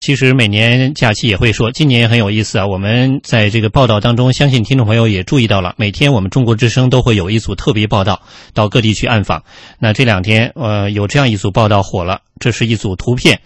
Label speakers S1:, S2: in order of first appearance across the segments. S1: 其实每年假期也会说，今年也很有意思啊。我们在这个报道当中，相信听众朋友也注意到了，每天我们中国之声都会有一组特别报道到各地去暗访。那这两天，呃，有这样一组报道火了，这是一组图片，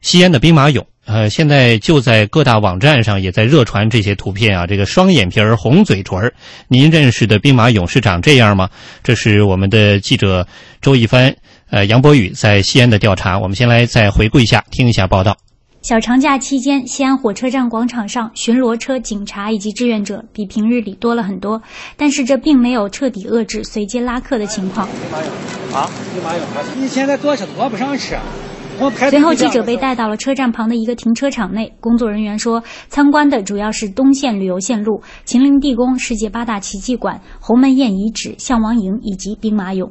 S1: 西安的兵马俑。呃，现在就在各大网站上也在热传这些图片啊，这个双眼皮儿、红嘴唇儿，您认识的兵马俑是长这样吗？这是我们的记者周一帆、呃杨博宇在西安的调查，我们先来再回顾一下，听一下报道。
S2: 小长假期间，西安火车站广场上巡逻车、警察以及志愿者比平日里多了很多，但是这并没有彻底遏制随街拉客的情况。
S3: 啊，兵马俑，你现在坐车坐不上车。
S2: 随后，记者被带到了车站旁的一个停车场内。工作人员说，参观的主要是东线旅游线路、秦陵地宫、世界八大奇迹馆、鸿门宴遗址、项王营以及兵马俑。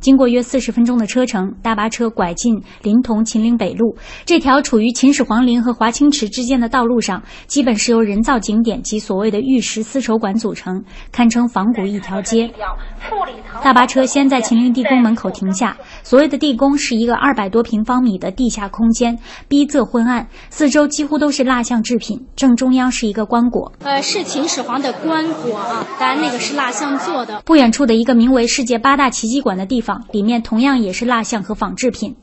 S2: 经过约四十分钟的车程，大巴车拐进临潼秦岭北路这条处于秦始皇陵和华清池之间的道路上，基本是由人造景点及所谓的玉石丝绸馆组成，堪称仿古一条街。大巴车先在秦陵地宫门口停下，所谓的地宫是一个二百多平方米的地下空间，逼仄昏暗，四周几乎都是蜡像制品，正中央是一个棺椁。
S4: 呃，是秦始皇的棺椁啊，当然那个是蜡像做的。
S2: 不远处的一个名为“世界八大奇迹馆”的地方。里面同样也是蜡像和仿制品。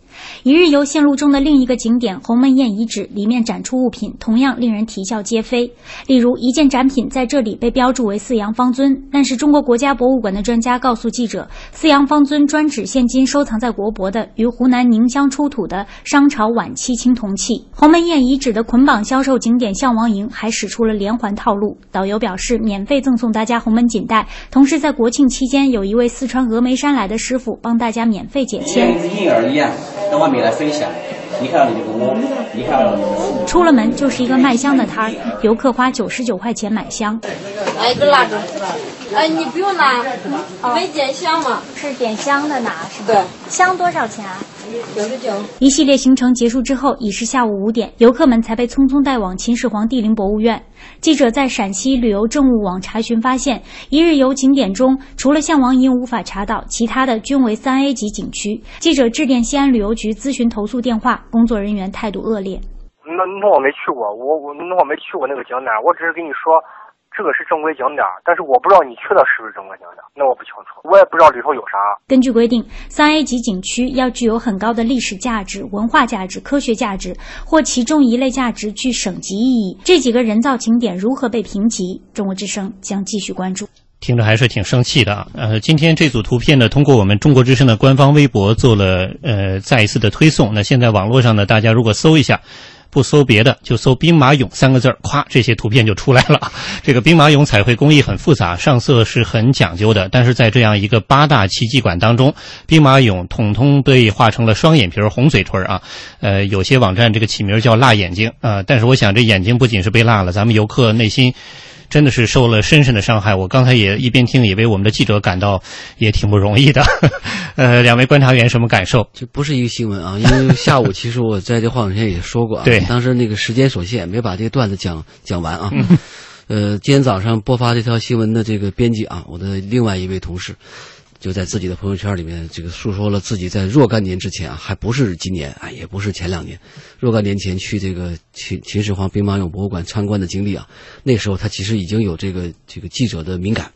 S2: 一日游线路中的另一个景点——鸿门宴遗址，里面展出物品同样令人啼笑皆非。例如，一件展品在这里被标注为四羊方尊，但是中国国家博物馆的专家告诉记者，四羊方尊专指现今收藏在国博的于湖南宁乡出土的商朝晚期青铜器。鸿门宴遗址的捆绑销售景点项王营还使出了连环套路。导游表示，免费赠送大家鸿门锦带，同时在国庆期间，有一位四川峨眉山来的师傅。帮大家免费解签，
S5: 一人一样，到外面来分享。你看到你的屋，你看到你的
S2: 出了门就是一个卖香的摊儿，游客花九十九块钱买香。
S6: 哎，这蜡烛，哎，你不用拿，嗯
S4: 哦
S6: 没点香嘛？
S2: 是点香的拿是吧？
S6: 对，
S2: 香多少钱啊？
S6: 九十九。
S2: 一系列行程结束之后，已是下午五点，游客们才被匆匆带往秦始皇帝陵博物院。记者在陕西旅游政务网查询发现，一日游景点中，除了项王营无法查到，其他的均为三 A 级景区。记者致电西安旅游局咨询投诉电话，工作人员态度恶劣。
S7: 那那我没去过，我我那我没去过那个景点，我只是跟你说。这个是正规景点，但是我不知道你去的是不是正规景点，那我不清楚，我也不知道里头有啥。
S2: 根据规定，三 A 级景区要具有很高的历史价值、文化价值、科学价值或其中一类价值具省级意义。这几个人造景点如何被评级？中国之声将继续关注。
S1: 听着还是挺生气的啊！呃，今天这组图片呢，通过我们中国之声的官方微博做了呃再一次的推送。那现在网络上呢，大家如果搜一下。不搜别的，就搜“兵马俑”三个字儿，咵，这些图片就出来了。 这个兵马俑彩绘工艺很复杂，上色是很讲究的。但是在这样一个八大奇迹馆当中，兵马俑统统被画成了双眼皮儿、红嘴唇啊。呃，有些网站这个起名叫“辣眼睛”啊、呃，但是我想这眼睛不仅是被辣了，咱们游客内心。真的是受了深深的伤害。我刚才也一边听，也为我们的记者感到也挺不容易的。 呃，两位观察员什么感受？
S8: 这不是一个新闻啊， 因为下午其实我在这话筒前也说过啊，
S1: 对，
S8: 当时那个时间所限，没把这个段子讲讲完啊。嗯、呃，今天早上播发这条新闻的这个编辑啊，我的另外一位同事。就在自己的朋友圈里面，这个诉说了自己在若干年之前啊，还不是今年啊，也不是前两年，若干年前去这个秦秦始皇兵马俑博物馆参观的经历啊。那时候他其实已经有这个这个记者的敏感，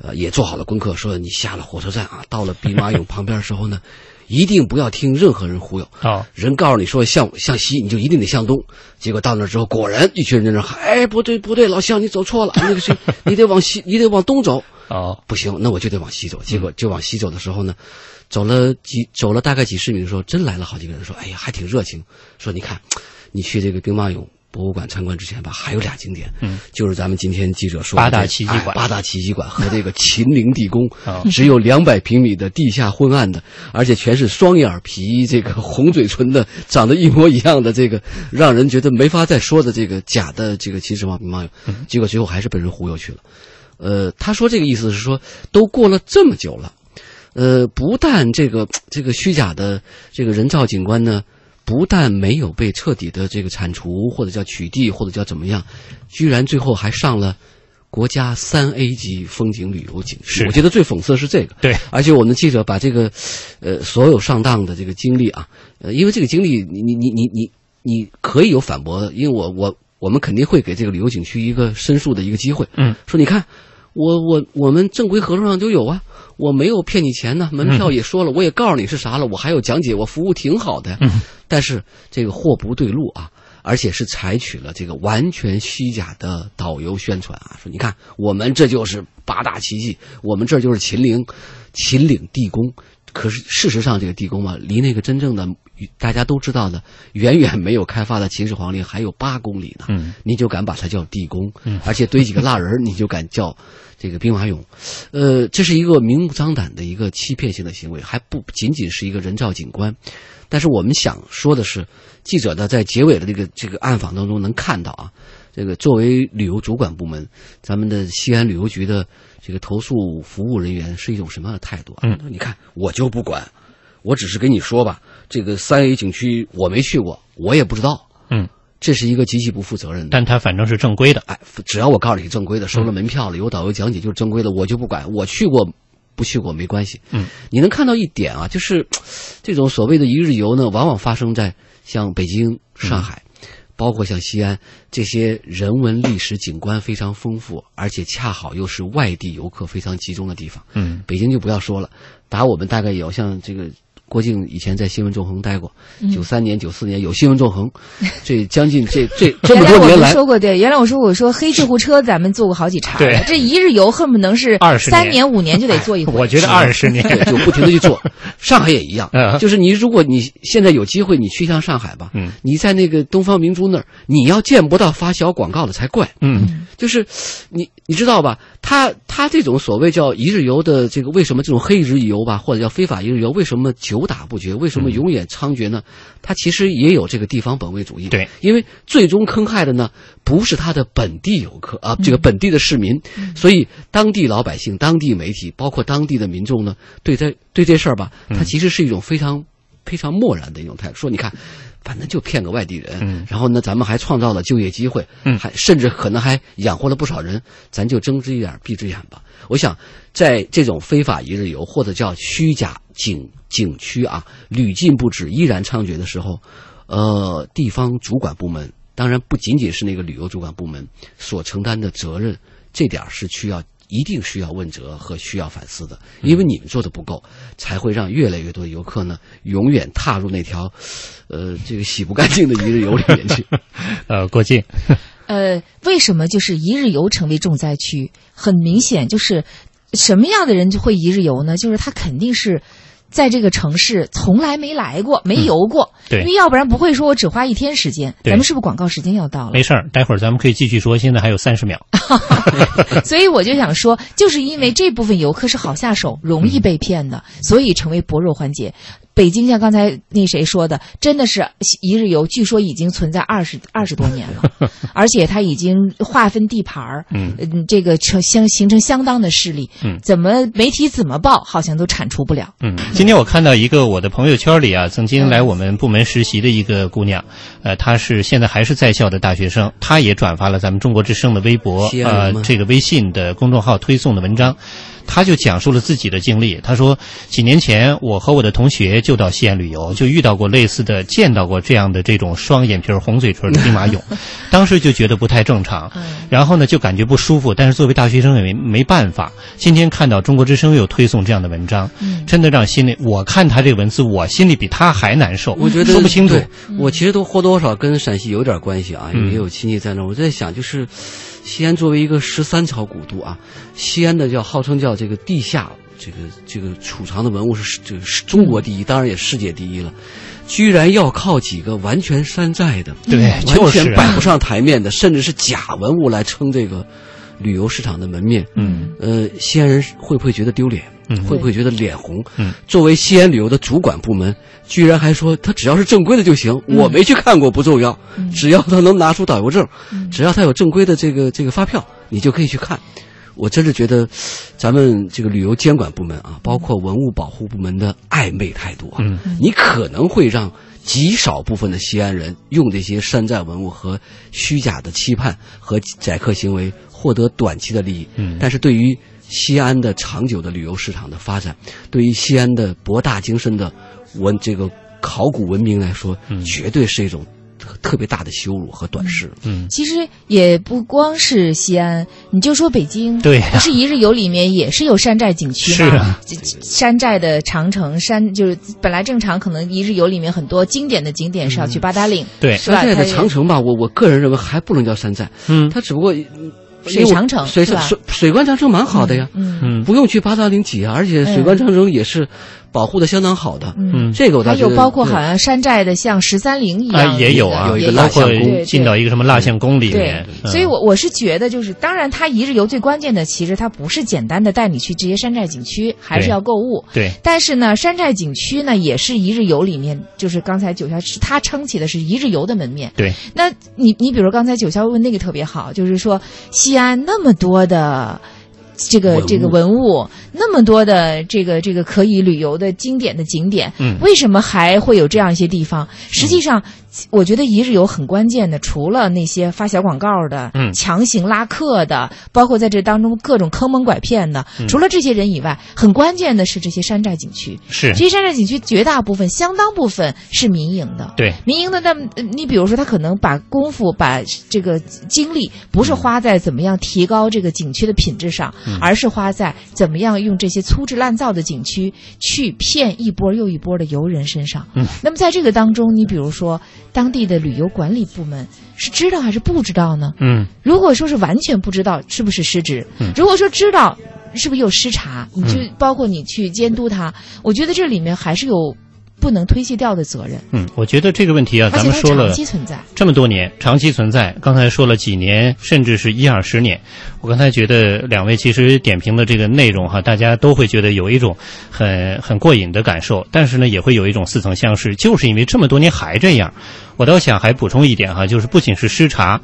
S8: 呃，也做好了功课，说你下了火车站啊，到了兵马俑旁边的时候呢， 一定不要听任何人忽悠
S1: 啊。
S8: 人告诉你说向向西，你就一定得向东。结果到那之后，果然一群人在那喊：“哎，不对不对，老乡，你走错了， 那个谁，你得往西，你得往东走。”
S1: 哦，
S8: 不行，那我就得往西走。
S1: 嗯
S8: 结果就往西走的时候呢，走了几走了大概几十米的时候，真来了好几个人说：“哎呀，还挺热情。”说你看，你去这个兵马俑博物馆参观之前吧，还有俩景点，
S1: 嗯，
S8: 就是咱们今天记者说
S1: 八大奇迹馆、
S8: 哎、八大奇迹馆和这个秦陵地宫，哦、只有两百平米的地下昏暗的，而且全是双眼皮、这个红嘴唇的，长得一模一样的这个，让人觉得没法再说的这个假的这个秦始皇兵马俑。
S1: 嗯、
S8: 结果最后还是被人忽悠去了。呃，他说这个意思是说，都过了这么久了，呃，不但这个这个虚假的这个人造景观呢，不但没有被彻底的这个铲除，或者叫取缔，或者叫怎么样，居然最后还上了国家三 A 级风景旅游景区。我觉得最讽刺是这个。
S1: 对，
S8: 而且我们记者把这个，呃，所有上当的这个经历啊，呃，因为这个经历，你你你你你。你可以有反驳的，因为我我我们肯定会给这个旅游景区一个申诉的一个机会。
S1: 嗯，
S8: 说你看，我我我们正规合同上就有啊，我没有骗你钱
S1: 嗯
S8: 呢，门票也说了，我也告诉你是啥了，我还有讲解，我服务挺好的。
S1: 嗯，
S8: 但是这个货不对路啊。而且是采取了这个完全虚假的导游宣传啊，说你看我们这就是八大奇迹，我们这就是秦岭，秦岭地宫。可是事实上，这个地宫啊，离那个真正的大家都知道的，远远没有开发的秦始皇陵还有八公里呢。
S1: 嗯，
S8: 你就敢把它叫地宫，
S1: 嗯
S8: 而且堆几个蜡人儿，你就敢叫这个兵马俑，呃，这是一个明目张胆的一个欺骗性的行为，还不仅仅是一个人造景观。但是我们想说的是，记者呢在结尾的这个这个暗访当中能看到啊，这个作为旅游主管部门，咱们的西安旅游局的这个投诉服务人员是一种什么样的态度啊？
S1: 嗯
S8: 他说你看我就不管，我只是跟你说吧，这个三 A 景区我没去过，我也不知道，
S1: 嗯，
S8: 这是一个极其不负责任的。
S1: 但它反正是正规的。
S8: 哎，只要我告诉你正规的，收了门票了，有导游讲解就是正规的，我就不管。我去过，不去过没关系。
S1: 嗯，
S8: 你能看到一点啊，就是这种所谓的一日游呢，往往发生在像北京、上海，包括像西安这些人文历史景观非常丰富，而且恰好又是外地游客非常集中的地方。
S1: 嗯
S8: 北京就不要说了，打我们大概有像这个郭靖以前在新闻纵横待过，九三年、九四年有新闻纵横，这将近这这这么
S9: 原来
S8: 多
S9: 我
S8: 年
S9: 们
S8: 来，
S9: 说过，对，原来我说我说黑救护车，咱们坐过好几茬了，
S1: 对
S9: 这一日游恨不能是
S1: 20
S9: 三
S1: 年
S9: 年五年就得坐一回。
S1: 我觉得二十年，
S8: 对，就不停的去 做。上海也一样
S1: 嗯，
S8: 就是你如果你现在有机会，你去一趟上海吧，
S1: 嗯
S8: 你在那个东方明珠那儿，你要见不到发小广告的才怪。
S1: 嗯
S8: 就是你你知道吧？他他这种所谓叫一日游的这个，为什么这种黑日游吧，或者叫非法一日游，为什么久打不绝？为什么
S1: 嗯
S8: 永远猖獗呢？他其实也有这个地方本位主义。
S1: 嗯对，
S8: 因为最终坑害的呢，不是他的本地游客啊，
S1: 嗯
S8: 这个本地的市民，所以当地老百姓、当地媒体，包括当地的民众呢，对这对这事儿吧，
S1: 嗯
S8: 他其实是一种非常非常漠然的一种态度，说你看，反正就骗个外地人，
S1: 嗯
S8: 然后呢，咱们还创造了就业机会，
S1: 嗯
S8: 还甚至可能还养活了不少人，咱就睁只眼闭只眼吧。我想，在这种非法一日游或者叫虚假景景区啊，屡禁不止、依然猖獗的时候，呃，地方主管部门，当然不仅仅是那个旅游主管部门所承担的责任，这点儿是需要一定需要问责和需要反思的，因为你们做的不够，才会让越来越多的游客呢，永远踏入那条，呃，这个洗不干净的一日游里面去。
S1: 呃，郭靖，
S9: 呃，为什么就是一日游成为重灾区？很明显，就是什么样的人就会一日游呢？就是他肯定是。在这个城市从来没来过，没游过，
S1: 嗯对
S9: 因为要不然不会说我只花一天时间。
S1: 对
S9: 咱们是不是广告时间要到了？
S1: 没事儿，待会儿咱们可以继续说，现在还有三十秒。
S9: 所以我就想说，就是因为这部分游客是好下手、容易被骗的，
S1: 嗯
S9: 所以成为薄弱环节。北京像刚才那谁说的，真的是一日游，据说已经存在二十二十多年 了，而且它已经划分地盘儿，
S1: 嗯
S9: 嗯，这个成相形成相当的势力，
S1: 嗯
S9: 怎么媒体怎么报，好像都铲除不了。
S1: 嗯，今天我看到一个我的朋友圈里啊，曾经来我们部门实习的一个姑娘，呃，她是现在还是在校的大学生，她也转发了咱们中国之声的微博
S8: 西，安
S1: 呃
S8: 人吗，
S1: 这个微信的公众号推送的文章，她就讲述了自己的经历。她说，几年前我和我的同学就到西安旅游，就遇到过类似的，见到过这样的这种双眼皮儿、红嘴唇的兵马俑，当时就觉得不太正常。
S9: 嗯，
S1: 然后呢，就感觉不舒服，但是作为大学生也没没办法。今天看到中国之声有推送这样的文章，
S9: 嗯
S1: 真的让心里，我看他这个文字，我心里比他还难受，
S8: 我觉得
S1: 嗯说不清楚。
S8: 对我其实都或多或少跟陕西有点关系啊，
S1: 嗯
S8: 也有亲戚在那儿。我在想，就是西安作为一个十三朝古都啊，西安的叫号称叫这个地下这个这个储藏的文物是这个是中国第一，当然也世界第一了。居然要靠几个完全山寨的，
S1: 对就
S8: 嗯完
S1: 是啊
S8: 全摆不上台面的，甚至是假文物来撑这个旅游市场的门面。
S1: 嗯
S8: 呃，西安人会不会觉得丢脸？
S1: 嗯
S8: 会不会觉得脸红？
S1: 嗯，
S8: 作为西安旅游的主管部门，居然还说他只要是正规的就行，
S1: 嗯
S8: 我没去看过不重要，只要他能拿出导游证，
S1: 嗯
S8: 只要他有正规的这个这个发票，你就可以去看。我真是觉得，咱们这个旅游监管部门啊，包括文物保护部门的暧昧态度啊，
S1: 嗯
S8: 你可能会让极少部分的西安人用这些山寨文物和虚假的期盼和宰客行为获得短期的利益，
S1: 嗯
S8: 但是对于西安的长久的旅游市场的发展，对于西安的博大精深的文这个考古文明来说，绝对是一种特别大的羞辱和短视。
S1: 嗯，
S9: 其实也不光是西安，你就说北京，
S1: 对呀
S9: 不是一日游里面也是有山寨景区
S1: 是
S9: 吗？
S1: 啊
S9: 这这山寨的长城山，就是本来正常可能一日游里面很多经典的景点是要去八达岭，
S1: 嗯对
S9: 是吧？
S8: 山寨的
S9: 它也
S8: 长城吧，我我个人认为还不能叫山寨，
S1: 嗯
S8: 它只不过嗯
S9: 水长城
S8: 水
S9: 是吧
S8: 水水关长城蛮好的呀，
S9: 嗯
S1: 嗯
S8: 不用去八达岭挤啊，而且水关长城也是保护的相当好的。
S1: 嗯，
S8: 这个我倒
S9: 还
S8: 觉
S9: 有
S8: 得
S9: 包括
S8: 对
S9: 好像山寨的，像十三陵一
S1: 啊
S9: 样，
S1: 也有啊，
S8: 有一个
S1: 包
S8: 蜡像
S1: 括
S8: 宫
S9: 对
S1: 进到一个什么蜡像宫里
S9: 对
S1: 面，，嗯
S9: 所以我我是觉得，就是当然，它一日游最关键的，其实它不是简单的带你去这些山寨景区，还是
S1: 对
S9: 要购物。
S1: 对
S9: 但是呢，山寨景区呢，也是一日游里面，就是刚才九霄是他撑起的是一日游的门面。
S1: 对
S9: 那你你比如刚才九霄问那个特别好，就是说西安那么多的。这个
S8: 文物
S9: 这个文物那么多的这个这个可以旅游的经典的景点，
S1: 嗯
S9: 为什么还会有这样一些地方？实际上，我觉得一日游很关键的，除了那些发小广告的、
S1: 嗯
S9: 强行拉客的，包括在这当中各种坑蒙拐骗的，除了这些人以外，很关键的是这些山寨景区。
S1: 是
S9: 这些山寨景区绝大部分、相当部分是民营的。
S1: 对
S9: 民营的那么，呃你比如说，他可能把功夫、把这个精力，不是花在怎么样提高这个景区的品质上，
S1: 嗯
S9: 而是花在怎么样用这些粗制滥造的景区去骗一波又一波的游人身上。
S1: 嗯，
S9: 那么在这个当中，你比如说，当地的旅游管理部门是知道还是不知道呢？
S1: 嗯
S9: 如果说是完全不知道，是不是失职？
S1: 嗯
S9: 如果说知道，是不是有失察？你就包括你去监督他，我觉得这里面还是有不能推卸掉的责任，
S1: 嗯，我觉得这个问题啊，
S9: 而
S1: 咱
S9: 且
S1: 们
S9: 它
S1: 说了
S9: 长期存在。
S1: 这么多年，长期存在。刚才说了几年，甚至是一二十年。我刚才觉得两位其实点评的这个内容哈，大家都会觉得有一种很很过瘾的感受，但是呢，也会有一种似曾相识，就是因为这么多年还这样。我倒想还补充一点哈，就是不仅是失察。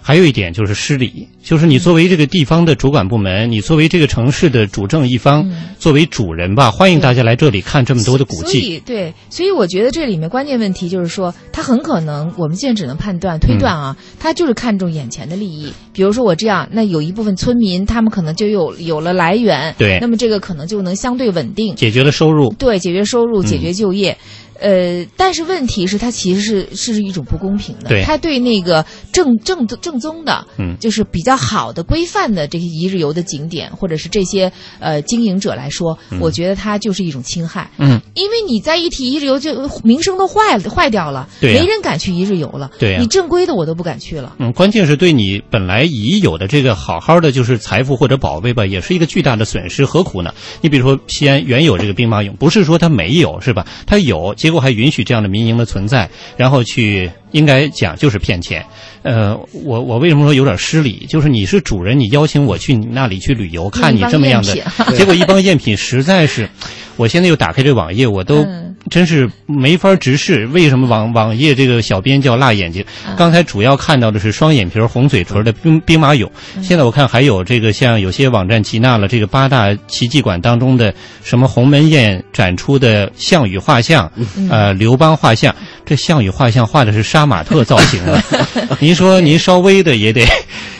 S1: 还有一点就是失礼，就是你作为这个地方的主管部门，你作为这个城市的主政一方，作为主人吧，欢迎大家来这里看这么多的古
S9: 所
S1: 迹。
S9: 以，对，所以我觉得这里面关键问题就是说，他很可能，我们现在只能判断、推断啊，
S1: 嗯
S9: 他就是看重眼前的利益。比如说我这样，那有一部分村民，他们可能就有有了来源，
S1: 对
S9: 那么这个可能就能相对稳定，
S1: 解决嗯了收入，
S9: 对，解决收入，解决就业。呃，但是问题是，它其实是是一种不公平的。
S1: 对
S9: 它对那个正正正宗的，
S1: 嗯
S9: 就是比较好的、规范的这些一日游的景点，或者是这些呃经营者来说，我觉得它就是一种侵害。
S1: 嗯，
S9: 因为你在一提一日游，就名声都坏了坏掉了，
S1: 对呀
S9: 没人敢去一日游了。
S1: 对呀
S9: 你正规的我都不敢去了。
S1: 嗯，关键是对你本来已有的这个好好的就是财富或者宝贝吧，也是一个巨大的损失，何苦呢？你比如说西安原有这个兵马俑，不是说它没有是吧？它有，结果还允许这样的民营的存在，然后去应该讲就是骗钱。呃，我我为什么说有点失礼？就是你是主人，你邀请我去你那里去旅游，看你这么样的
S9: 嗯一帮，
S1: 结果一帮赝品实在是，我现在又打开这网页，我都
S9: 嗯
S1: 真是没法直视，为什么网网页这个小编叫辣眼睛？刚才主要看到的是双眼皮儿、红嘴唇儿的兵兵马俑，现在我看还有这个像有些网站集纳了这个八大奇迹馆当中的什么鸿门宴展出的项羽画像，呃，刘邦画像，这项羽画像画的是杀马特造型啊，您说您稍微的也得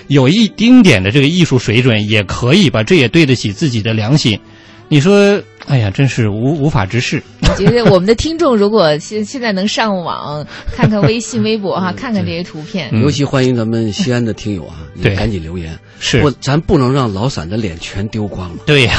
S1: 有一丁点的这个艺术水准也可以吧，这也对得起自己的良心。你说，哎呀，真是无无法直视。
S9: 我觉得我们的听众如果现现在能上网看看微信、微 博哈，看看这些图片，
S1: 嗯
S8: 尤其欢迎咱们西安的听友啊，你
S1: 对
S8: 赶紧留言，
S1: 是
S8: 不，咱不能让老散的脸全丢光了。
S1: 对呀、